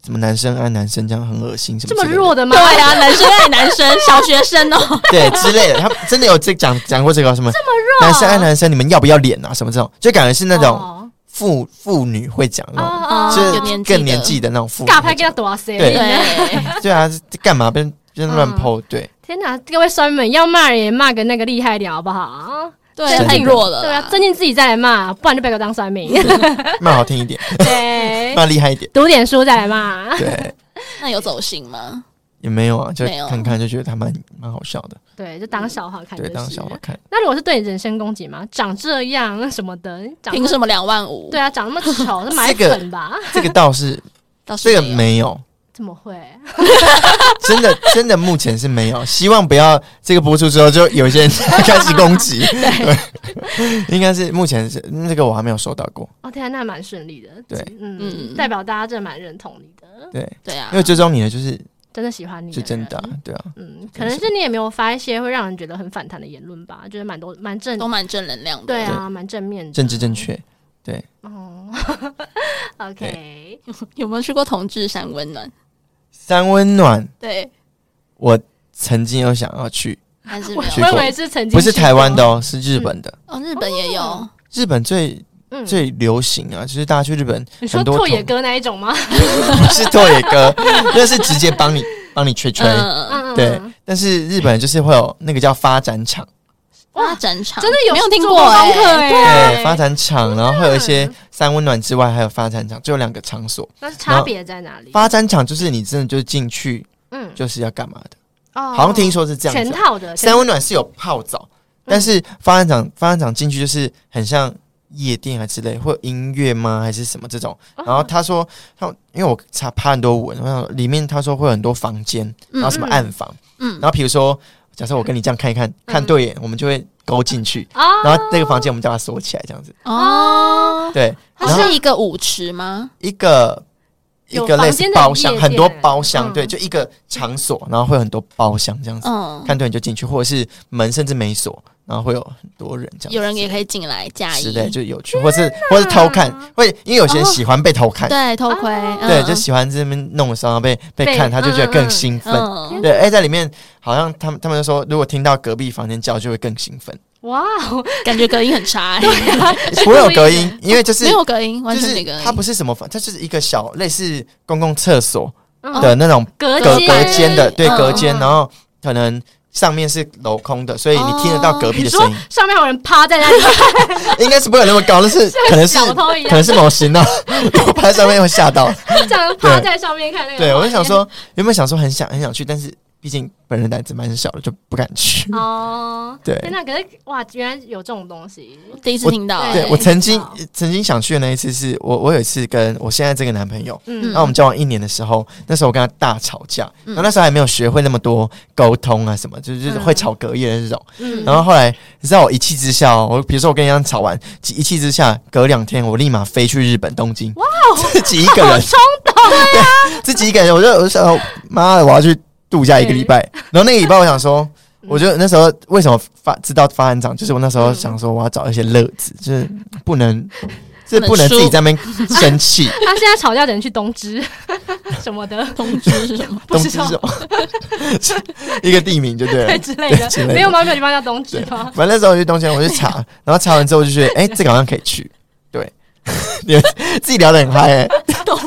Speaker 4: 怎么男生爱啊男生这样很恶心什么
Speaker 2: 这么
Speaker 4: 之类的
Speaker 2: 弱的吗？
Speaker 3: 对啊，男生爱男生，小学生哦，
Speaker 4: 对之类的，他们真的有这讲讲过这个什么
Speaker 2: 弱
Speaker 4: 男生爱男生，你们要不要脸啊？什么这种，就感觉是那种
Speaker 2: 哦
Speaker 4: 妇妇女会讲那种，
Speaker 2: 哦
Speaker 4: 就
Speaker 3: 有
Speaker 4: 是
Speaker 3: 年纪
Speaker 4: 更年
Speaker 3: 的
Speaker 4: 纪的那种妇女
Speaker 2: 尬拍
Speaker 4: 会
Speaker 2: 给他
Speaker 4: 讲。
Speaker 2: 多谁？
Speaker 4: 对
Speaker 3: <laughs> 对，
Speaker 4: 对啊，这干嘛被被乱
Speaker 2: 嗯
Speaker 4: 抛？对，
Speaker 2: 天哪，各位酸们要骂人也骂个那个厉害一点好不好？
Speaker 3: 对啊，
Speaker 4: 真的
Speaker 3: 太弱了
Speaker 2: 对啊
Speaker 3: 啦，，
Speaker 2: 增进自己再来骂，不然就被我当酸 <laughs> 民。
Speaker 4: 骂好听一点，
Speaker 2: 对，
Speaker 4: 骂厉害一点。
Speaker 2: 读点书再来骂。 <laughs>
Speaker 4: 对，
Speaker 3: 那有走心吗？
Speaker 4: 也没有啊，就
Speaker 3: 没有
Speaker 4: 看看就觉得他蛮蛮好笑的，
Speaker 2: 对，就当笑话看。
Speaker 4: 对，当笑话。看。
Speaker 2: 那如果是对你人身攻击吗？长这样什么的，长
Speaker 3: 凭什么两万五？
Speaker 2: 对，啊，长那么丑，是买
Speaker 4: 这个
Speaker 2: 粉吧？
Speaker 4: 这个倒是
Speaker 3: 倒是
Speaker 4: 这个
Speaker 3: 有
Speaker 4: 没有，
Speaker 2: 怎么会？
Speaker 4: 真的 <laughs> 真的目前是没有。希望不要这个播出之后就有一些人 <laughs> 开始攻击，对， <laughs> 应该是目前是嗯这个我还没有收到过。
Speaker 2: 哦，天啊，那蛮顺利的。
Speaker 4: 对
Speaker 2: 嗯，
Speaker 3: 嗯
Speaker 2: 代表大家真的蛮认同你的，
Speaker 4: 对，
Speaker 3: 对啊
Speaker 4: 因，为追踪你的就是
Speaker 2: 真的喜欢你，
Speaker 4: 就真的啊。，对啊，
Speaker 2: 嗯，可能是你也没有发一些会让人觉得很反弹的言论吧，就是蛮多蛮正
Speaker 3: 都，蛮正能量的。
Speaker 2: 对啊，蛮正面的。
Speaker 4: 政治正确。
Speaker 2: 哦 <laughs> ，OK，
Speaker 3: 有没有去过同志山温暖？
Speaker 4: 三温暖，
Speaker 3: 对，
Speaker 4: 我曾经有想要去，
Speaker 3: 还是
Speaker 2: 我
Speaker 3: 没
Speaker 4: 去
Speaker 3: 有
Speaker 4: 过
Speaker 2: 我以为是曾经
Speaker 4: 不是
Speaker 2: 去
Speaker 4: 台湾
Speaker 2: 过
Speaker 4: 的，哦，是日本的。
Speaker 3: 哦，日本也有
Speaker 2: 哦，
Speaker 4: 日本最
Speaker 2: 嗯，
Speaker 4: 最流行啊，就是大家去日本 <laughs>
Speaker 2: 你说
Speaker 4: 很多
Speaker 2: 拓
Speaker 4: 同
Speaker 2: 野哥那一种吗？
Speaker 4: 不是拓野哥，那是直接帮你帮你吹吹。
Speaker 3: 嗯，
Speaker 2: 嗯，
Speaker 4: 对，但是日本就是会有那个叫发展场，
Speaker 3: 哇，展场
Speaker 2: 真的有
Speaker 3: 没有听
Speaker 2: 做
Speaker 3: 过
Speaker 2: 过功课
Speaker 3: 哎？
Speaker 2: 欸
Speaker 4: 对，发展场，然后会有一些
Speaker 3: 嗯
Speaker 4: 三温暖之外，还有发展场，就有两个场所。
Speaker 2: 那是差别在哪里？
Speaker 4: 发展场就是你真的就进去
Speaker 2: 嗯，
Speaker 4: 就是要干嘛的，
Speaker 2: 哦
Speaker 4: 好像听说是这样
Speaker 2: 全
Speaker 4: 子啊。
Speaker 2: 套的，全
Speaker 4: 三温暖是有泡澡，但是发展场发展场进去就是很像夜店啊之类，会有音乐吗？还是什么这种？
Speaker 3: 哦
Speaker 4: 然后他说，他因为我查爬很多文，然后里面他说会有很多房间，然后什么暗房，
Speaker 3: 嗯
Speaker 4: 然后比如说假设我跟你这样看一看，看对眼，我们就会勾进去，
Speaker 2: 啊，
Speaker 4: 然后那个房间我们叫它锁起来，这样子。
Speaker 3: 哦，
Speaker 4: 对，
Speaker 3: 它
Speaker 4: 然后
Speaker 3: 是一个舞池吗？
Speaker 4: 一个。一
Speaker 2: 有
Speaker 4: 个类
Speaker 2: 房
Speaker 4: 似
Speaker 2: 间的
Speaker 4: 包
Speaker 2: 夜
Speaker 4: 厢，
Speaker 2: 店
Speaker 4: 很多包厢，
Speaker 2: 嗯
Speaker 4: 对，就一个场所，然后会有很多包厢这样子。
Speaker 3: 嗯，
Speaker 4: 看对你就进去，或者是门甚至没锁，然后会有很多人这样
Speaker 3: 有人也可以进来加
Speaker 4: 之
Speaker 3: 一，啊哦
Speaker 4: 类，就有趣，或是或是偷看，会因为有些人喜欢被偷看，
Speaker 3: 对，偷窥，
Speaker 2: 哦
Speaker 3: 嗯
Speaker 4: 对，就喜欢这边弄的时候被被
Speaker 2: 被
Speaker 4: 看，他就觉得更
Speaker 2: 嗯
Speaker 4: 兴奋。
Speaker 3: 嗯，
Speaker 4: 对，哎、在里面好像他们他们就说，如果听到隔壁房间叫，就会更兴
Speaker 3: <laughs>
Speaker 4: 奋。
Speaker 2: 哇哦，
Speaker 3: 感觉隔音很差欸，
Speaker 4: 不会有隔
Speaker 2: 故意
Speaker 4: 音，因为就是
Speaker 3: 没有隔音，完
Speaker 4: 就
Speaker 3: 全
Speaker 4: 是
Speaker 3: 哦没隔音。
Speaker 4: 它不是什么房，它就是一个小类似公共厕所
Speaker 2: 嗯
Speaker 4: 的那种
Speaker 2: 隔
Speaker 4: 隔
Speaker 2: 间
Speaker 4: 隔间的，对
Speaker 3: 嗯
Speaker 4: 隔间，
Speaker 2: 嗯
Speaker 4: 然后可能上面是镂空的，所以你听得到隔
Speaker 2: 哦
Speaker 4: 壁
Speaker 2: 你
Speaker 4: 的
Speaker 2: 说
Speaker 4: 声音，
Speaker 2: 上面有人趴在那
Speaker 4: <laughs>
Speaker 2: 里，
Speaker 4: 应该是不会有那么高，
Speaker 2: <laughs>
Speaker 4: 但是可能是
Speaker 2: 小偷一样
Speaker 4: 可能是某型呢， <laughs> 我拍上面会吓到。
Speaker 2: 这样趴在上面看那个。
Speaker 4: 对，我就想，说，原本想说很想很想去，但是毕竟本人胆子蛮小的，就不敢
Speaker 2: <laughs>
Speaker 4: 去。
Speaker 2: 哦，
Speaker 4: 对
Speaker 2: 天哪，可是哇，原来有这种东西，
Speaker 3: 第一次听到欸，
Speaker 4: 对我曾经
Speaker 2: 好
Speaker 4: 曾经想去的那一次是我我有一次跟我现在这个男朋友，
Speaker 2: 嗯
Speaker 4: 那我们交往一年的时候，那时候我跟他大吵架，然后那时候还没有学会那么多沟通啊什么，就是
Speaker 2: 嗯
Speaker 4: 会吵隔夜的这种。
Speaker 2: 嗯，
Speaker 4: 然后后来你知道我一气之下哦，我比如说我跟人家吵完，一气之下，隔两天我立马飞去日本东京，哇，哦自己一个人， <laughs> 冲动啊，自己一个人，我就我就想说，妈的，我要去度假一个礼拜。然后那个礼拜我想说。我就那时候为什么发知道发展长，就是我那时候想说我要找一些乐子，就是不 <laughs> 能，就是不
Speaker 3: 不
Speaker 4: 能
Speaker 3: 能
Speaker 4: 自己
Speaker 3: 输
Speaker 4: 在那边生 <laughs> 气，
Speaker 2: 他啊现在吵架只能去东芝
Speaker 4: <laughs>
Speaker 2: 什么的，
Speaker 3: 通知是什么？
Speaker 2: 不
Speaker 4: 东
Speaker 2: 知
Speaker 4: 芝
Speaker 2: 道
Speaker 4: 是吗是 <laughs> 一个地名就对了
Speaker 2: 对。之类
Speaker 4: 对之
Speaker 2: 的，
Speaker 4: 类的
Speaker 2: 没有吗？没有地方叫东芝吗？
Speaker 4: 反正那时候我去东京，我就查，然后查完之后我就觉得，哎、这个好像可以去。对， <laughs> 你们自己聊得很嗨、欸。
Speaker 3: 东
Speaker 4: <laughs>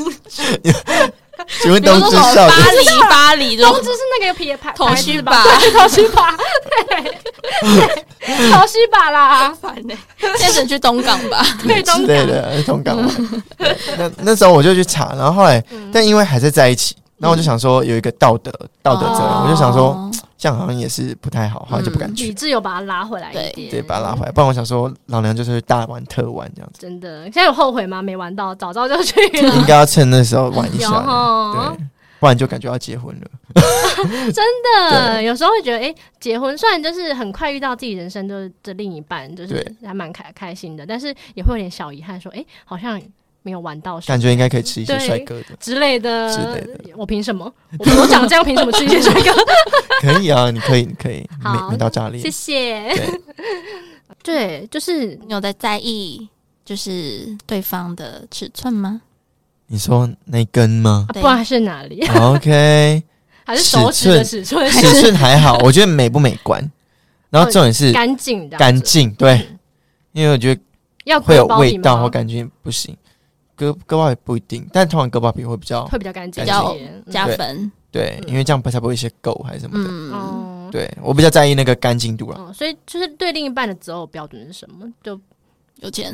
Speaker 4: 请问东
Speaker 3: 比如
Speaker 4: 芝
Speaker 3: 说什么
Speaker 4: 少
Speaker 3: 巴
Speaker 4: 女
Speaker 3: 黎，巴黎这
Speaker 2: 东
Speaker 3: 种
Speaker 2: 芝是那个有皮牌
Speaker 3: 头
Speaker 2: 牌
Speaker 3: 须
Speaker 2: 子
Speaker 3: 吧
Speaker 2: <laughs> 对，头须吧，
Speaker 4: <laughs>
Speaker 2: 对，头须吧啦，
Speaker 3: 烦呢，现在只能去东港吧？
Speaker 2: 对，东港嗯
Speaker 4: 之类的同港湾。对那那时候我就去查，然后后来，但因为还是在一起，然后我就想说有一个道德 <laughs> 道德责任，
Speaker 2: 嗯哦嗯
Speaker 4: 我就想说这样好像也是不太好，后来就不敢
Speaker 2: 理
Speaker 4: 去，
Speaker 2: 智有把他拉回来一点，
Speaker 4: 对，把他拉回来。不然我想说老娘就是大玩特玩这样子，
Speaker 2: 真的，现在有后悔吗？没玩到，早知道就去了。
Speaker 4: 应该要趁那时候玩 <laughs> 一
Speaker 2: 有哦
Speaker 4: 下的，
Speaker 2: 哈
Speaker 4: 对，不然就感觉要结婚了。
Speaker 2: 真的， <laughs> 有时候会觉得，哎、结婚虽然就是很快遇到自己人生就是的另一半，就是
Speaker 4: 对
Speaker 2: 还蛮开开心的，但是也会有点小遗憾，说，哎、好像没有玩到什么
Speaker 4: 感觉应该可以吃一些帅哥的，
Speaker 2: 之类的。
Speaker 4: 之类
Speaker 2: 我凭什么？我我长这样，凭什么吃一些帅哥？
Speaker 4: <laughs>
Speaker 2: <laughs>
Speaker 4: 可以啊，你可以，你可以，
Speaker 2: 好
Speaker 4: 美美到炸裂
Speaker 2: 谢。谢。对，就是
Speaker 3: 你有在在意就是对方的尺寸吗？
Speaker 4: 你说那根吗
Speaker 2: <laughs> 啊不
Speaker 3: 对
Speaker 2: 知道是哪里，
Speaker 4: ？OK，
Speaker 2: 还是手指的尺寸
Speaker 4: 尺寸还好，我觉得美不美
Speaker 2: <laughs>
Speaker 4: 观，然后重点是
Speaker 2: 哦干净的，
Speaker 4: 干净，对，因为我觉得
Speaker 2: 要
Speaker 4: 会有
Speaker 2: 割包
Speaker 4: 味
Speaker 2: 皮吗
Speaker 4: 道或感觉不行，割割包也不一定，但通常割包皮会比较
Speaker 2: 会比较干净一
Speaker 4: 比较
Speaker 2: 点，嗯
Speaker 3: 加分，
Speaker 4: 对，因为这样才不会有一些垢还是什么的。
Speaker 3: 嗯，
Speaker 2: 哦。
Speaker 4: 对我比较在意那个干净度了。
Speaker 2: 嗯，所以就是对另一半的择偶标准是什么？就
Speaker 3: 有钱，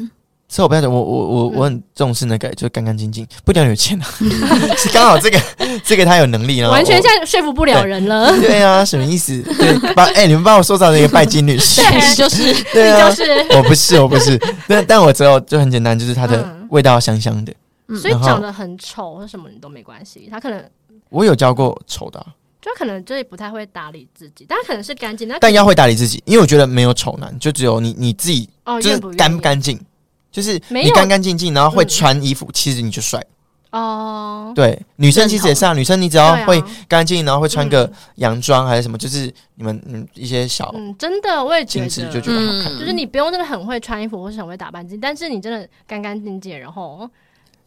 Speaker 4: 所以我不要讲，我我我
Speaker 2: 嗯
Speaker 4: 我很重视那个，就是干干净净，不一定要有钱啊， <laughs> 是刚好这个这个他有能力，然后
Speaker 2: 完全
Speaker 4: 我
Speaker 2: 现在说服不了人了。
Speaker 4: 对啊，什么意思？对，把哎、你们把我塑造成一个拜金女士，
Speaker 2: <laughs> 对
Speaker 3: 就是
Speaker 4: 对啊
Speaker 2: 你，就是，
Speaker 4: 我不是我不是，但但我只有就很简单，就是它的
Speaker 2: 嗯
Speaker 4: 味道香香的。
Speaker 3: 嗯
Speaker 2: 所以
Speaker 4: 然后
Speaker 2: 长得很丑或什么你都没关系，他可能
Speaker 4: 我有教过丑的啊、
Speaker 2: 就可能就是不太会打理自己，但可能是干净，但可
Speaker 4: 但要会打理自己，因为我觉得没有丑男，就只有你你自己
Speaker 2: 哦
Speaker 4: 就是
Speaker 2: 愿不愿意
Speaker 4: 干不干净，就是
Speaker 2: 没
Speaker 4: 你
Speaker 2: 有
Speaker 4: 干干净净，然后会
Speaker 2: 嗯
Speaker 4: 穿衣服，其实你就帅。
Speaker 2: 哦，
Speaker 4: 对，女生其实也是啊，女生你只要
Speaker 2: 对啊
Speaker 4: 会干净，然后会穿个洋装还是什么，就是你们嗯一些小
Speaker 2: 嗯，真的我也觉
Speaker 4: 精
Speaker 2: 得，
Speaker 4: 致就觉
Speaker 3: 嗯
Speaker 4: 得好看。
Speaker 2: 就是你不用真的很会穿衣服或是很会打扮自己，但是你真的干干净净，然后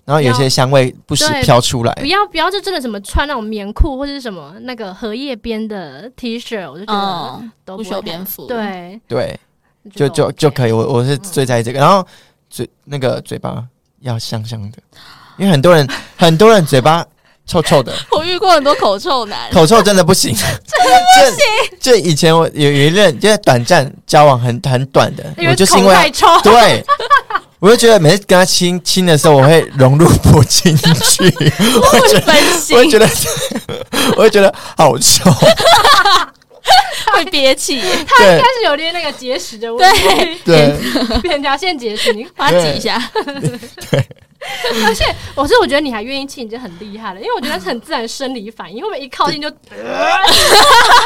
Speaker 4: 然后有一些香味不时
Speaker 2: 对
Speaker 4: 飘出来
Speaker 2: 不，要不要就真的什么穿那种棉裤或者是什么那个荷叶边的 T 恤，我就觉得
Speaker 3: 嗯，
Speaker 2: 都
Speaker 3: 不
Speaker 2: 不
Speaker 3: 修
Speaker 2: 会
Speaker 3: 边
Speaker 2: 太
Speaker 3: 幅，，
Speaker 2: 对，
Speaker 4: 对，就
Speaker 2: 觉得
Speaker 4: 就
Speaker 2: OK
Speaker 4: 就可以。我我是最在意这个，然后嘴那个嘴巴要香香的，因为很多人很多人嘴巴臭臭的，
Speaker 3: 我遇过很多口臭男，
Speaker 4: 口臭真的不行， <laughs> 这这以前我有有一任就是短暂交往很很短的，
Speaker 2: 因
Speaker 4: 我
Speaker 2: 为
Speaker 4: 就是因
Speaker 2: 口太
Speaker 4: 为
Speaker 2: 臭，
Speaker 4: 对。我就觉得每次跟他亲亲的时候，我会融入不进去，我觉得，
Speaker 3: 分
Speaker 4: 我会
Speaker 3: 心
Speaker 4: 觉得，我会觉得好臭，
Speaker 3: 会憋气，
Speaker 2: <laughs>
Speaker 4: 对
Speaker 2: 开始有点那个结石的问题，
Speaker 4: 对，
Speaker 2: 扁扁条线结石。你
Speaker 3: 把它挤一下，
Speaker 2: 我哦是我觉得你还愿意亲已经很厉害了，因为我觉得那是很自然的生理反应，会不会一靠近就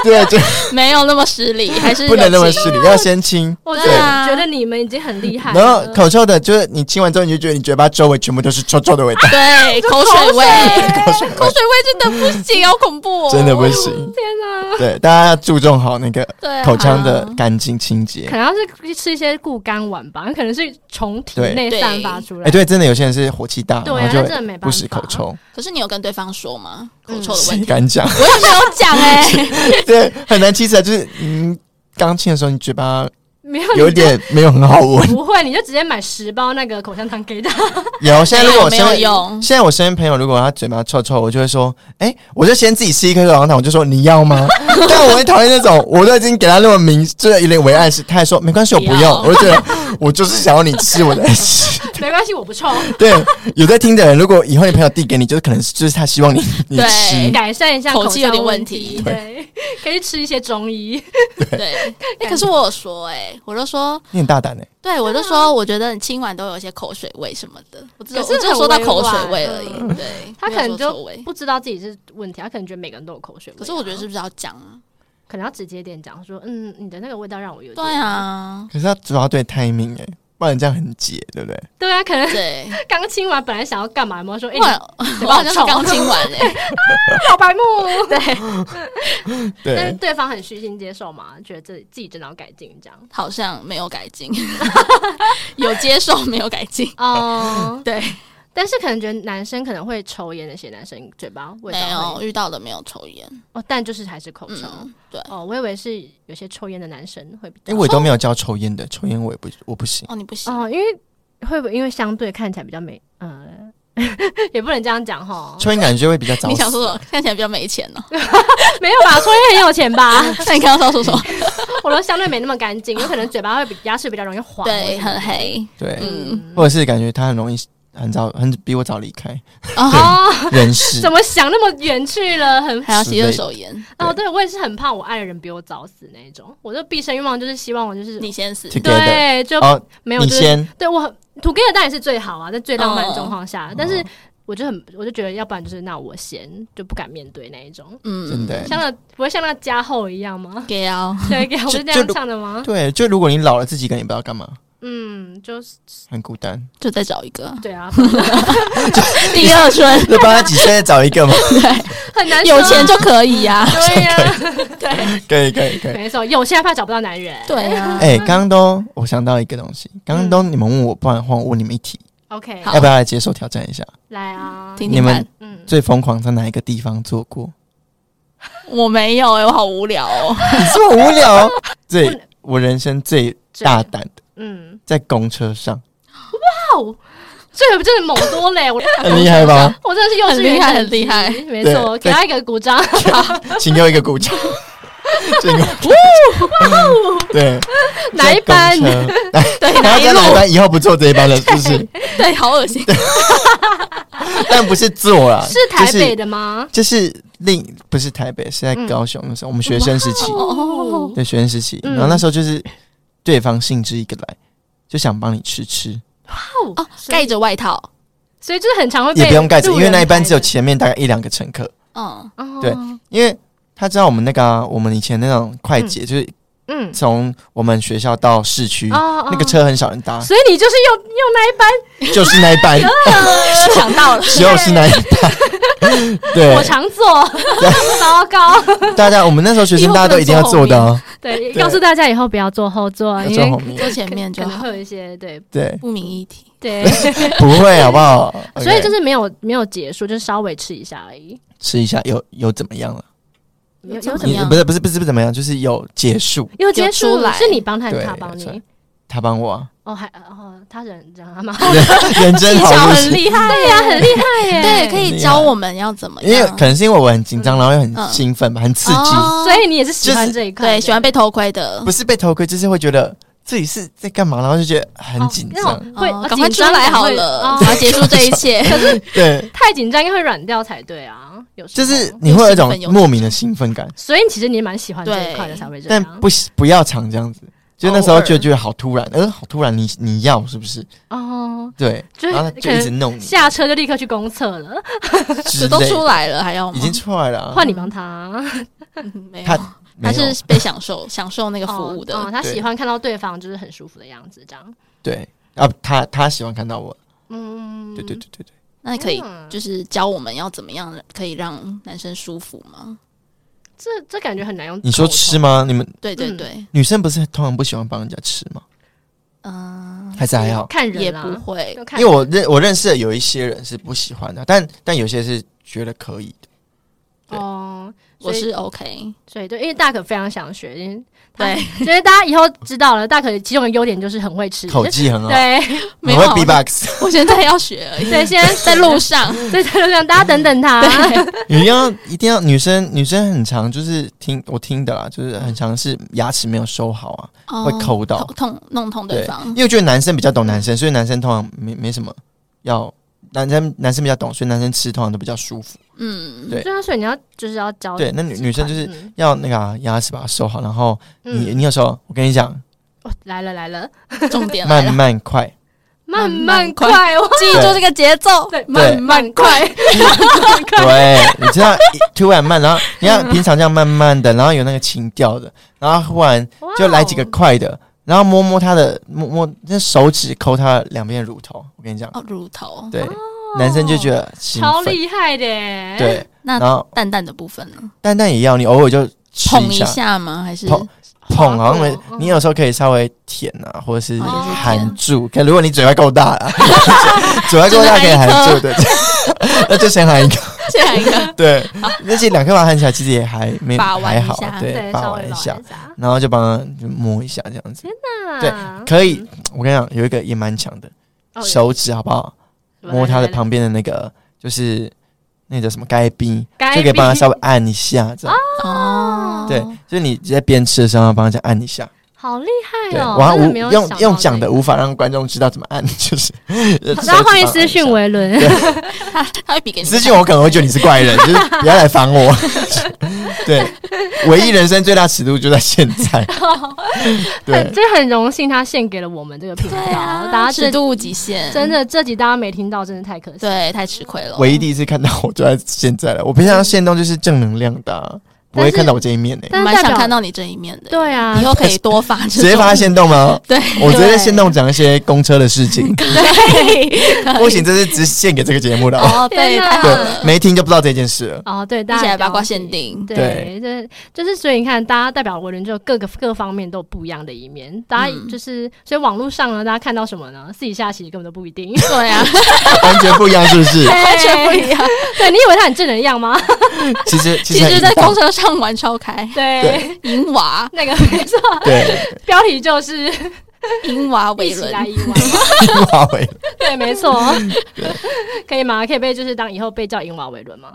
Speaker 4: 对，就
Speaker 3: <laughs> 没有那么失
Speaker 4: <laughs>
Speaker 3: 礼，还是
Speaker 4: 不能
Speaker 3: 有
Speaker 4: 那么
Speaker 3: 情
Speaker 4: 失礼，要先亲。
Speaker 2: 我真
Speaker 3: 对
Speaker 2: 的
Speaker 3: 啊
Speaker 2: 觉得你们已经很厉害了。
Speaker 4: 然后口臭的，就是你亲完之后，你就觉得你嘴巴周围全部都是臭臭的味道，
Speaker 3: <laughs> 对口
Speaker 2: 口
Speaker 3: 水
Speaker 2: 水
Speaker 3: <laughs> 味，
Speaker 2: 哎
Speaker 4: 口水味
Speaker 3: 口水味真的不行，好恐怖哦，
Speaker 4: 真的不行。
Speaker 2: 天哪！哎
Speaker 4: 对，大家要注重好那个
Speaker 3: 对啊
Speaker 4: 口腔的干净清洁
Speaker 2: 可。能要是吃一些固肝丸吧，可能是从体
Speaker 4: 对
Speaker 2: 内
Speaker 3: 对
Speaker 2: 散发出来。
Speaker 4: 哎，对，真的有些人是火气大，
Speaker 2: 对啊
Speaker 4: 然后就
Speaker 2: 那真的没
Speaker 4: 会
Speaker 2: 办法
Speaker 4: 不时口臭，
Speaker 3: 可是你有跟对方说吗？口
Speaker 2: 嗯
Speaker 3: 臭的问
Speaker 4: 谁
Speaker 3: 题，
Speaker 2: <laughs>
Speaker 4: 敢
Speaker 3: <laughs>
Speaker 4: 讲？
Speaker 3: 我也没有讲哎， <laughs>
Speaker 4: 对，很难。其实就是嗯，刚亲的时候，你嘴
Speaker 2: <laughs>
Speaker 4: 巴
Speaker 2: 没有
Speaker 4: 有点没有很好闻。
Speaker 2: <laughs> 不会，你就直接买十包那个口香糖给他。
Speaker 4: <laughs> 有，现在如果我
Speaker 3: 没
Speaker 4: 身
Speaker 3: 有
Speaker 4: 边 <laughs>
Speaker 3: 用，
Speaker 4: 现在我身边朋友如果他嘴巴臭臭，我就会说，哎、我就先自己吃一颗口香糖，我就说你要吗？ <laughs> 但我会讨厌那种，我都已经给他那么明，就是有点为暗示，他还说没关系，我不
Speaker 3: 不
Speaker 4: 用
Speaker 3: 要。
Speaker 4: 我就觉得我就是想要你吃，我在
Speaker 3: <laughs>
Speaker 4: 吃。
Speaker 2: 没关系，我不臭，
Speaker 4: 对，有在听的人，如果以后你朋友递给你，就是可能就是他希望你你
Speaker 3: 对
Speaker 4: 吃。
Speaker 2: 改善一下
Speaker 3: 口
Speaker 2: 腔
Speaker 3: 气有点
Speaker 2: 问
Speaker 3: 问题
Speaker 2: 对，可以去吃一些中医。
Speaker 3: 对，哎，可是我有说哎，我就说。
Speaker 4: 你很大胆哎、
Speaker 3: 对，我就说，我觉得你亲完都有一些口水味什么的，我只有
Speaker 2: 可是
Speaker 3: 我只有
Speaker 2: 很
Speaker 3: 说到
Speaker 2: 委
Speaker 3: 口水
Speaker 2: 婉
Speaker 3: 味而已
Speaker 2: 嗯。
Speaker 3: 对，
Speaker 2: 他
Speaker 3: 没
Speaker 2: 可
Speaker 3: 有说
Speaker 2: 能就
Speaker 3: 臭味
Speaker 2: 不知道自己是问题，他可能觉得每个人都有口水味啊。
Speaker 3: 可是我觉得是不是要讲啊？
Speaker 2: 可能要直接一点讲说，嗯，你的那个味道让我有点
Speaker 3: 对，啊，
Speaker 4: 可是他嘴巴对 timing 哎、不然这样很解，对不对？
Speaker 2: 对啊，可能 <laughs>
Speaker 3: 对，
Speaker 2: 刚亲完本来想要干嘛，有没有说，哎、
Speaker 3: 我
Speaker 2: 你
Speaker 3: 我好像是刚亲完哎，
Speaker 2: 好白目？ <laughs> 对，但是
Speaker 4: 对，
Speaker 2: 对方很虚心接受嘛，觉得自己自己真的要改进这样。
Speaker 3: 好像没有改进， <laughs> 有接受没有改进，
Speaker 2: 哦，
Speaker 3: 对，
Speaker 2: 但是可能觉得男生可能会抽烟那些男生嘴巴味
Speaker 3: 没
Speaker 2: 道
Speaker 3: 有
Speaker 2: 会
Speaker 3: 遇到的没有抽烟，
Speaker 2: 哦，但就是还是口臭。
Speaker 3: 嗯，对，
Speaker 2: 哦，我以为是有些抽烟的男生会比较
Speaker 4: 因为我都没有教抽烟的，抽烟我也不我不行。
Speaker 3: 哦，你不行，
Speaker 2: 哦，因为会不会因为相对看起来比较美，呃， <laughs> 也不能这样讲哈，
Speaker 4: 抽烟感觉会比较早死。
Speaker 3: 哦你想说什么？看起来比较没钱 <laughs> 呢？
Speaker 2: 没有吧？抽烟很有钱吧？
Speaker 3: <laughs> 那你刚刚说什么？
Speaker 2: 我说相对没那么干净，有可能嘴巴会比牙齿比较容易黄。
Speaker 3: 对，很黑，
Speaker 4: 对，
Speaker 3: 嗯，
Speaker 4: 或者是感觉他很容易很早很比我早离开
Speaker 3: 哦，
Speaker 2: 哦，
Speaker 4: 人世。
Speaker 2: 怎么想那么远去了？很
Speaker 3: 还要吸二手烟，
Speaker 2: 哦，对我也是很怕我爱的人比我早死那一种，我就毕生愿望就是希望我就是
Speaker 3: 你先死，
Speaker 4: together？
Speaker 2: 对就
Speaker 4: 哦，
Speaker 2: 没有
Speaker 4: 你
Speaker 2: 就是
Speaker 4: 先
Speaker 2: 对我土给的当然是最好啊，在最浪漫的状况下，但是
Speaker 4: 哦
Speaker 2: 我就很我就觉得要不然就是那我先就不敢面对那一种，
Speaker 4: 真
Speaker 3: 嗯，
Speaker 4: 的欸。
Speaker 2: 像那不会像那加厚一样吗？ <laughs>
Speaker 3: 给啊，
Speaker 2: 对，我是
Speaker 4: 就
Speaker 2: 那样唱的吗？
Speaker 4: 对，就如果你老了自己一个人也不知道干嘛，
Speaker 2: 嗯，就是
Speaker 4: 很孤单。
Speaker 3: 就再找一个
Speaker 2: 对啊，
Speaker 3: <laughs> 第二春，
Speaker 4: 就帮他几岁找一个
Speaker 2: <laughs>
Speaker 4: 嘛？
Speaker 2: 很难说
Speaker 3: 有钱就可以啊呀、
Speaker 2: 对呀、对，啊
Speaker 4: 可以，可以，可以。
Speaker 2: 没错，有钱怕找不到男人。
Speaker 3: <laughs> 对啊呀、
Speaker 4: 哎、刚刚都我想到一个东西，刚刚都你们问我，不然的话我问你们一题，
Speaker 2: OK，
Speaker 3: 好
Speaker 4: 要不要来接受挑战一下？
Speaker 2: 来啊，
Speaker 3: 听
Speaker 4: 你
Speaker 3: 听
Speaker 4: 们
Speaker 3: 看，
Speaker 2: 嗯，
Speaker 4: 最疯狂在哪一个地方做过？
Speaker 3: 我没有哎、我好无聊哦。
Speaker 4: <laughs> 你这么无聊，哦
Speaker 2: <laughs>
Speaker 4: 最我人生最
Speaker 2: 这
Speaker 4: 大胆的，
Speaker 2: 嗯，
Speaker 4: 在公车
Speaker 2: <laughs>
Speaker 4: 上，
Speaker 2: 这个真的猛多嘞，我
Speaker 4: 很厉害吧？
Speaker 2: 我真的是幼稚园
Speaker 3: 很厉害
Speaker 2: 等级，没错，
Speaker 4: 对
Speaker 2: 给他一个鼓掌。
Speaker 4: 请给我一个鼓
Speaker 2: <laughs>
Speaker 4: 掌。请给我
Speaker 2: 哦
Speaker 4: <laughs> 对，
Speaker 2: 哪一班
Speaker 4: 在公车？
Speaker 3: 对，
Speaker 4: 然
Speaker 3: 哪
Speaker 4: 后
Speaker 3: 一
Speaker 4: 在
Speaker 3: 路
Speaker 4: 哪一班？以后不坐这一班了，是不是？
Speaker 3: 对， <laughs> 好恶心。
Speaker 4: 但不是坐啦，
Speaker 2: <laughs> 是台北
Speaker 4: 的，
Speaker 2: 的嗯吗？
Speaker 4: 就是另不是台北，是在高雄那时候，我们学生时期，
Speaker 3: 哦，
Speaker 4: 对学生时期，
Speaker 2: 嗯
Speaker 4: 然后那时候就是对方兴致一个来，就想帮你吃吃，
Speaker 2: 哦
Speaker 3: 哦，盖着外套，
Speaker 2: 所以就是很常会被
Speaker 4: 也不用盖着，
Speaker 2: 路
Speaker 4: 因
Speaker 2: 人
Speaker 4: 为那一班
Speaker 2: 拍
Speaker 4: 只有
Speaker 2: 的
Speaker 4: 前面大概一两个乘客，
Speaker 3: 嗯， <laughs>
Speaker 2: 哦
Speaker 4: 对因为他知道我们那个啊我们以前那种快捷，就是
Speaker 2: 嗯，
Speaker 4: 从我们学校到市区。
Speaker 2: 哦
Speaker 4: 那个，车很少人搭
Speaker 2: 哦，所以你就是用用那一班，
Speaker 4: 就是那一
Speaker 2: <laughs>
Speaker 4: 班，
Speaker 3: 想到了，
Speaker 4: 就是那一班。 <laughs>
Speaker 2: 我
Speaker 4: 对，
Speaker 2: 常做， <laughs> 糟糕。
Speaker 4: <laughs> 大家我们那时候学生大家都一定要坐的哦，
Speaker 2: 对，
Speaker 4: 对
Speaker 2: 告诉大家以后不要坐后座，
Speaker 4: 要
Speaker 2: 因
Speaker 4: 坐后
Speaker 2: 为
Speaker 4: 面。
Speaker 3: 坐前面就
Speaker 2: 可能
Speaker 3: 好，
Speaker 2: 会有一些对
Speaker 4: 对，
Speaker 3: <laughs> 不明一体。
Speaker 4: <laughs>
Speaker 2: 对，
Speaker 4: 不会好不好？
Speaker 2: 所以就是是没有没有结束，就是稍微吃一下而已。
Speaker 4: 吃一下，有有怎么样了？
Speaker 2: 有有
Speaker 3: 有
Speaker 2: 怎
Speaker 3: 怎
Speaker 2: 么
Speaker 3: 么
Speaker 4: 你
Speaker 3: 样
Speaker 4: 不是不是不是怎么样，就是有结束。
Speaker 2: 有结
Speaker 3: 有
Speaker 2: 束
Speaker 3: 出来
Speaker 2: 是你帮他，还是
Speaker 4: 对
Speaker 2: 他帮
Speaker 4: 有出
Speaker 2: 你
Speaker 4: 来？他帮我啊，
Speaker 2: 哦，还哦，他人这样蛮好，
Speaker 4: 人人真
Speaker 3: 技
Speaker 4: 好
Speaker 3: 巧
Speaker 4: 入
Speaker 3: 啊很 <laughs>
Speaker 4: 戏。
Speaker 3: 厉害，
Speaker 2: 对呀，很厉害 <laughs> 耶。
Speaker 3: 对，可
Speaker 4: 啊很厉害
Speaker 3: 以教我们要怎么
Speaker 4: 因为
Speaker 3: 样
Speaker 4: 可。能是因为我很紧张，然后又很
Speaker 3: 嗯
Speaker 4: 兴奋吧，很刺激。
Speaker 3: 哦
Speaker 2: 所以你也是喜欢
Speaker 4: 就是
Speaker 2: 这一块的，
Speaker 3: 对喜欢被偷窥的
Speaker 4: 不，是被头盔，就是会觉得自己是在干嘛，然后就觉得很紧
Speaker 2: 哦
Speaker 4: 张。
Speaker 2: 那种会
Speaker 3: 哦赶快出来好了，
Speaker 2: 紧张感
Speaker 3: 然
Speaker 2: 会
Speaker 3: 后
Speaker 2: 哦
Speaker 3: 结束这一切。
Speaker 2: <laughs>
Speaker 4: 对，
Speaker 2: 太紧张应该会软掉才对啊。有时
Speaker 4: 就
Speaker 2: 候
Speaker 4: 是你会有一种
Speaker 3: 有兴奋有
Speaker 4: 莫名的兴奋感，
Speaker 2: 所以其实你也蛮喜欢这一块的，
Speaker 3: 对
Speaker 2: 才会这
Speaker 4: 但
Speaker 2: 样。
Speaker 4: 不不要常这样子。就那时候
Speaker 3: 偶尔
Speaker 4: 就觉得好突然，呃，好突然，你你要是不是？
Speaker 2: 哦，
Speaker 4: 对，
Speaker 2: 就是
Speaker 4: 然后他就一直弄你，
Speaker 2: 下车就立刻去公厕了，
Speaker 4: 之
Speaker 3: 纸都
Speaker 4: 类
Speaker 3: 出来了，还要吗
Speaker 4: 已经出来了啊，
Speaker 2: 换你帮他
Speaker 3: 嗯没
Speaker 4: 他
Speaker 3: 有，
Speaker 4: 没
Speaker 3: 还
Speaker 4: 有
Speaker 3: 是被享受 <laughs> 享受那个服务
Speaker 2: 哦哦
Speaker 3: 的。
Speaker 2: 他
Speaker 4: 对
Speaker 2: 喜欢看到对方就是很舒服的样子，这样。
Speaker 4: 对啊，他他喜欢看到我，
Speaker 2: 嗯，
Speaker 4: 对对对对对，
Speaker 3: 那可以
Speaker 2: 嗯
Speaker 3: 就是教我们要怎么样可以让男生舒服吗？
Speaker 2: 这这感觉很难用。
Speaker 4: 你说吃？吗？你们
Speaker 3: 对对
Speaker 2: 嗯
Speaker 3: 对，
Speaker 4: 女生不是通常不喜欢帮人家吃吗？
Speaker 3: 嗯，
Speaker 4: 还是还好？
Speaker 2: 看
Speaker 3: 也
Speaker 2: 人啦
Speaker 3: 不会
Speaker 2: 就看
Speaker 4: 因
Speaker 2: 人
Speaker 4: 为我认我认识的有一些人是不喜欢的，但但有些是觉得可以的。对
Speaker 2: 哦，
Speaker 3: 我
Speaker 2: 所以
Speaker 3: 是 OK，
Speaker 2: 所以对，因为大可非常想学，因为他
Speaker 3: 对，
Speaker 2: <laughs> 所以大家以后知道了，大可其中的优点就是很会吃，
Speaker 4: 口技很好，
Speaker 2: 对
Speaker 4: 很
Speaker 3: 没
Speaker 4: 会
Speaker 3: 有，啊
Speaker 4: B-box，
Speaker 3: 我现在要学而已，
Speaker 2: 对，现 <laughs> 在
Speaker 3: 在路上，
Speaker 2: 对对对，大家等等他。
Speaker 4: 你一定要一定要女生女生很常就是听我听的啦，就是很常是牙齿没有收好啊，会
Speaker 3: 哦
Speaker 4: 抠到
Speaker 3: 痛痛弄痛对方
Speaker 4: 因，为我觉得男生比较懂男生，所以男生通常没没什么要。男生男生比较懂，所以男生吃通常都比较舒服。
Speaker 3: 嗯，
Speaker 4: 对
Speaker 2: 对啊，所以你要就是要教
Speaker 4: 对，那女女生就是
Speaker 2: 嗯
Speaker 4: 要那个啊、牙齿把它收好，然后你、
Speaker 2: 嗯
Speaker 4: 你有时候我跟你讲，
Speaker 2: 哦来了来了，
Speaker 3: 重点来
Speaker 4: 慢
Speaker 3: 了，
Speaker 4: 慢快，
Speaker 2: 慢慢
Speaker 3: 慢
Speaker 2: 快哦，
Speaker 3: 记住这个节奏，
Speaker 2: 对，慢慢快，慢慢快，
Speaker 4: 对，你知道一突然慢，然后你看平常这样慢慢的，然后有那个情调的，然后忽然
Speaker 2: 哇哦
Speaker 4: 就来几个快的，然后摸摸他的摸摸那手指抠他两边的乳头，我跟你讲，
Speaker 3: 哦，乳头，
Speaker 4: 对，男生就觉得兴
Speaker 2: 超
Speaker 4: 奋，
Speaker 2: 厉害的耶，
Speaker 4: 对，
Speaker 3: 那
Speaker 4: 然后
Speaker 3: 蛋蛋的部分呢？
Speaker 4: 蛋蛋也要，你偶尔就吃
Speaker 3: 捧一
Speaker 4: 下，
Speaker 3: 下吗？还是
Speaker 4: 捧捧好像没
Speaker 2: 嗯，
Speaker 4: 你有时候可以稍微舔啊，或者是
Speaker 3: 哦
Speaker 4: 含住，可如果你嘴巴够大啦， <laughs> 嘴巴够大可以含住的， <laughs> 那就先含一个。
Speaker 3: 下一个？
Speaker 4: 对，那些两颗把它含起来，其实也还没
Speaker 3: 把玩
Speaker 4: 还
Speaker 3: 一
Speaker 4: 好啊
Speaker 3: 下，
Speaker 4: 对，
Speaker 2: 对，
Speaker 4: 把
Speaker 2: 稍
Speaker 4: 玩
Speaker 2: 微
Speaker 4: 一下
Speaker 2: 玩，下，
Speaker 4: 然后就帮它就摸一下这样子，对
Speaker 2: 那
Speaker 4: 可以。我跟你讲，有一个也蛮强的，
Speaker 2: 哦
Speaker 4: 手指好不好？
Speaker 2: 来
Speaker 4: 摸它
Speaker 2: 来
Speaker 4: 的
Speaker 2: 来
Speaker 4: 旁边的那个，就是那个叫什么该冰，
Speaker 2: 该
Speaker 4: 就可以帮它
Speaker 2: 冰
Speaker 4: 稍微按一下，这样
Speaker 3: <laughs> 哦，
Speaker 4: 对，就是你在边吃的时候帮它再按一下，
Speaker 2: 好厉害
Speaker 4: 对，
Speaker 2: 哦，
Speaker 4: 我还
Speaker 2: 真的
Speaker 4: 无
Speaker 2: 没有
Speaker 4: 用
Speaker 2: 想到
Speaker 4: 用
Speaker 2: 这
Speaker 4: 讲
Speaker 2: 个
Speaker 4: 的无法让观众知道怎么按， <laughs>
Speaker 2: <laughs>
Speaker 4: 就是
Speaker 2: 大家欢迎私
Speaker 4: 讯
Speaker 2: 讯，维伦，
Speaker 3: 他他会比给你
Speaker 4: 私讯我可能会觉得你是怪人， <laughs> 就是不要来烦我。 <laughs>
Speaker 2: <laughs>
Speaker 4: 对，唯一人生最大尺度就在现在。对
Speaker 2: 很，这很荣幸他献给了我们这个频道，大家
Speaker 3: 啊尺
Speaker 2: 这
Speaker 3: 度极限，
Speaker 2: 真的这集大家没听到，真的太可惜。
Speaker 3: 对太吃亏了。
Speaker 4: 唯一第一次看到我就在现在了。我平常现动就是正能量的啊、不会看到我这一面呢、
Speaker 2: 但是
Speaker 3: 蛮
Speaker 2: 代
Speaker 3: 想
Speaker 2: 表
Speaker 3: 看到你这一面的。
Speaker 2: 对啊
Speaker 3: 以，后可以多发这
Speaker 4: 直接发
Speaker 3: 种
Speaker 4: 现
Speaker 2: <laughs>
Speaker 4: 动吗？
Speaker 3: 对，
Speaker 4: 我直接在线动讲一些公车的事情，
Speaker 3: 对，
Speaker 4: 不行，这是只献给这个节目
Speaker 2: <laughs>
Speaker 4: 的
Speaker 3: <laughs>
Speaker 4: 哦。
Speaker 3: 哦，对，
Speaker 2: 天哪
Speaker 3: 太好了，
Speaker 4: 对，没听就不知道这件事了。
Speaker 2: 哦，对，大
Speaker 3: 一
Speaker 2: 家
Speaker 3: 起来八
Speaker 2: 了
Speaker 3: 卦
Speaker 2: 解
Speaker 3: 限定。
Speaker 2: 对，这就是所以你看，大家代表文人就各个各方面都有不一样的一面，大家
Speaker 3: 嗯
Speaker 2: 就是、所以网络上呢，大家看到什么呢？私底下其实根本都不一定。 <laughs>
Speaker 3: 对啊，
Speaker 4: 完全不一样，是不是？
Speaker 3: 完全不一样。
Speaker 2: 对你以为他很正能量吗？
Speaker 4: 其实 <laughs> 其
Speaker 3: 其
Speaker 4: 实很
Speaker 3: 实，在
Speaker 4: 棒
Speaker 3: 公车上玩超开，
Speaker 2: 对，
Speaker 3: 银娃、
Speaker 2: 那个没错，
Speaker 4: 对，
Speaker 2: <laughs> 标题就是
Speaker 3: 银娃
Speaker 2: 一
Speaker 3: 伟
Speaker 2: 起来
Speaker 3: 伦， <laughs>
Speaker 2: 一玩，
Speaker 4: 樱花尾
Speaker 2: 对，没错，可以吗？可以被就是当以后被叫银娃维伦吗？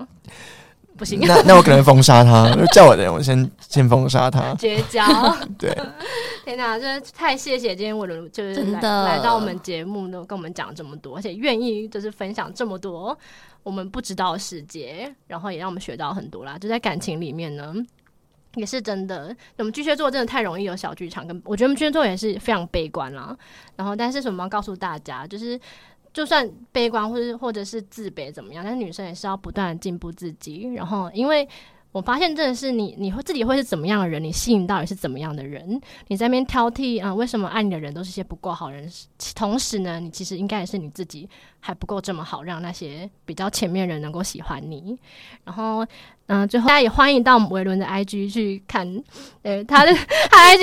Speaker 2: 不行，
Speaker 4: 那那我可能封杀他，叫我的人我先先封杀他。
Speaker 2: 绝交。
Speaker 4: 对，
Speaker 2: 天哪，真的太谢谢今天伟伦，就是
Speaker 3: 真
Speaker 2: 来
Speaker 3: 的
Speaker 2: 来到我们节目，都跟我们讲这么多，而且愿意就是分享这么多我们不知道的世界，然后也让我们学到很多啦。就在感情里面呢。也是真的，我们巨蟹座真的太容易有小剧场，跟我觉得我们巨蟹座也是非常悲观啦。然后，但是什么要告诉大家，就是就算悲观或者或者是自卑怎么样，但是女生也是要不断的进步自己。然后，因为我发现真的是你，你会自己会是怎么样的人，你吸引到底是怎么样的人，你在那边挑剔啊、呃为什么爱你的人都是些不够好人？其同时呢，你其实应该也是你自己还不够这么好，让那些比较前面的人能够喜欢你。然后，嗯、最后大家也欢迎到维伦的 IG 去看，呃，他的
Speaker 3: <laughs>
Speaker 2: 他的 IG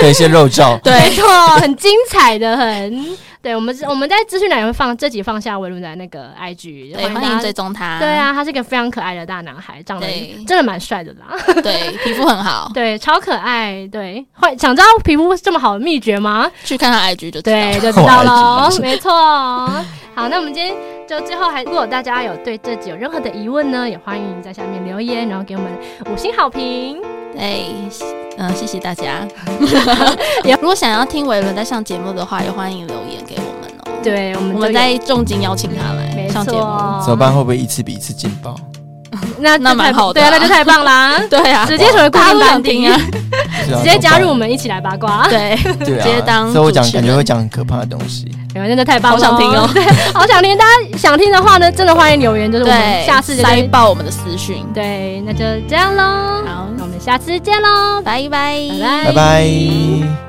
Speaker 4: 对，一些肉照，
Speaker 2: 没错，很精彩的，很对。我们我们在资讯栏也会放这集放下维伦的那个 IG，
Speaker 3: 对，欢
Speaker 2: 大
Speaker 3: 迎
Speaker 2: 家
Speaker 3: 追踪他。
Speaker 2: 对，啊，他是一个非常可爱的大男孩，长得
Speaker 3: 对
Speaker 2: 真的蛮帅的啦， <laughs>
Speaker 3: 对，皮肤很好，
Speaker 2: 对，超可爱。对，会想知道皮肤这么好的秘诀吗？
Speaker 3: 去看他 IG 就知道。
Speaker 2: 对，
Speaker 3: <laughs>
Speaker 2: 就知道喽， <laughs> 没错。好，那我们今天就最后还，如果大家有对这集有任何的疑问呢，也欢迎在下面留言，然后给我们五星好评。
Speaker 3: 对，嗯，谢谢大
Speaker 2: <laughs>
Speaker 3: 家。也如果想要听伟伦在上节目的话，也欢迎留言给我们哦。，
Speaker 2: 对，我们
Speaker 3: 我们
Speaker 2: 就有
Speaker 3: 在重金邀请他
Speaker 2: 没
Speaker 3: 来
Speaker 2: 错
Speaker 3: 上节目。
Speaker 4: 怎么办？会不会一次比一次劲爆？
Speaker 2: 那
Speaker 3: 那
Speaker 2: 就
Speaker 3: 蛮
Speaker 2: 太
Speaker 3: 好的
Speaker 2: 对啊，
Speaker 3: 啊！
Speaker 2: 那就太棒啦
Speaker 3: 对啊，
Speaker 2: 直接成为固
Speaker 3: 大家
Speaker 2: 定
Speaker 3: 都
Speaker 2: 班
Speaker 3: 想
Speaker 2: 底
Speaker 3: 听啊，
Speaker 4: 直
Speaker 2: 直接加入我们一起来八
Speaker 3: <laughs>
Speaker 2: 卦。<laughs>
Speaker 3: 对，
Speaker 4: 对啊，
Speaker 3: 直接当
Speaker 4: 所以我讲
Speaker 3: 主持
Speaker 4: 感
Speaker 3: 人
Speaker 4: 觉会讲很可怕的东西。
Speaker 2: 没关系，那太棒
Speaker 3: 好
Speaker 2: 了，
Speaker 3: 想听哦
Speaker 2: 对，好想听。大家想听的话呢，真的欢迎留言，就是我们
Speaker 3: 对，
Speaker 2: 下次就
Speaker 3: 塞爆我们的私讯。
Speaker 2: 对，那就这样喽。
Speaker 3: 好
Speaker 2: 那我们下次见喽，
Speaker 3: 拜拜，
Speaker 2: 拜
Speaker 4: 拜拜。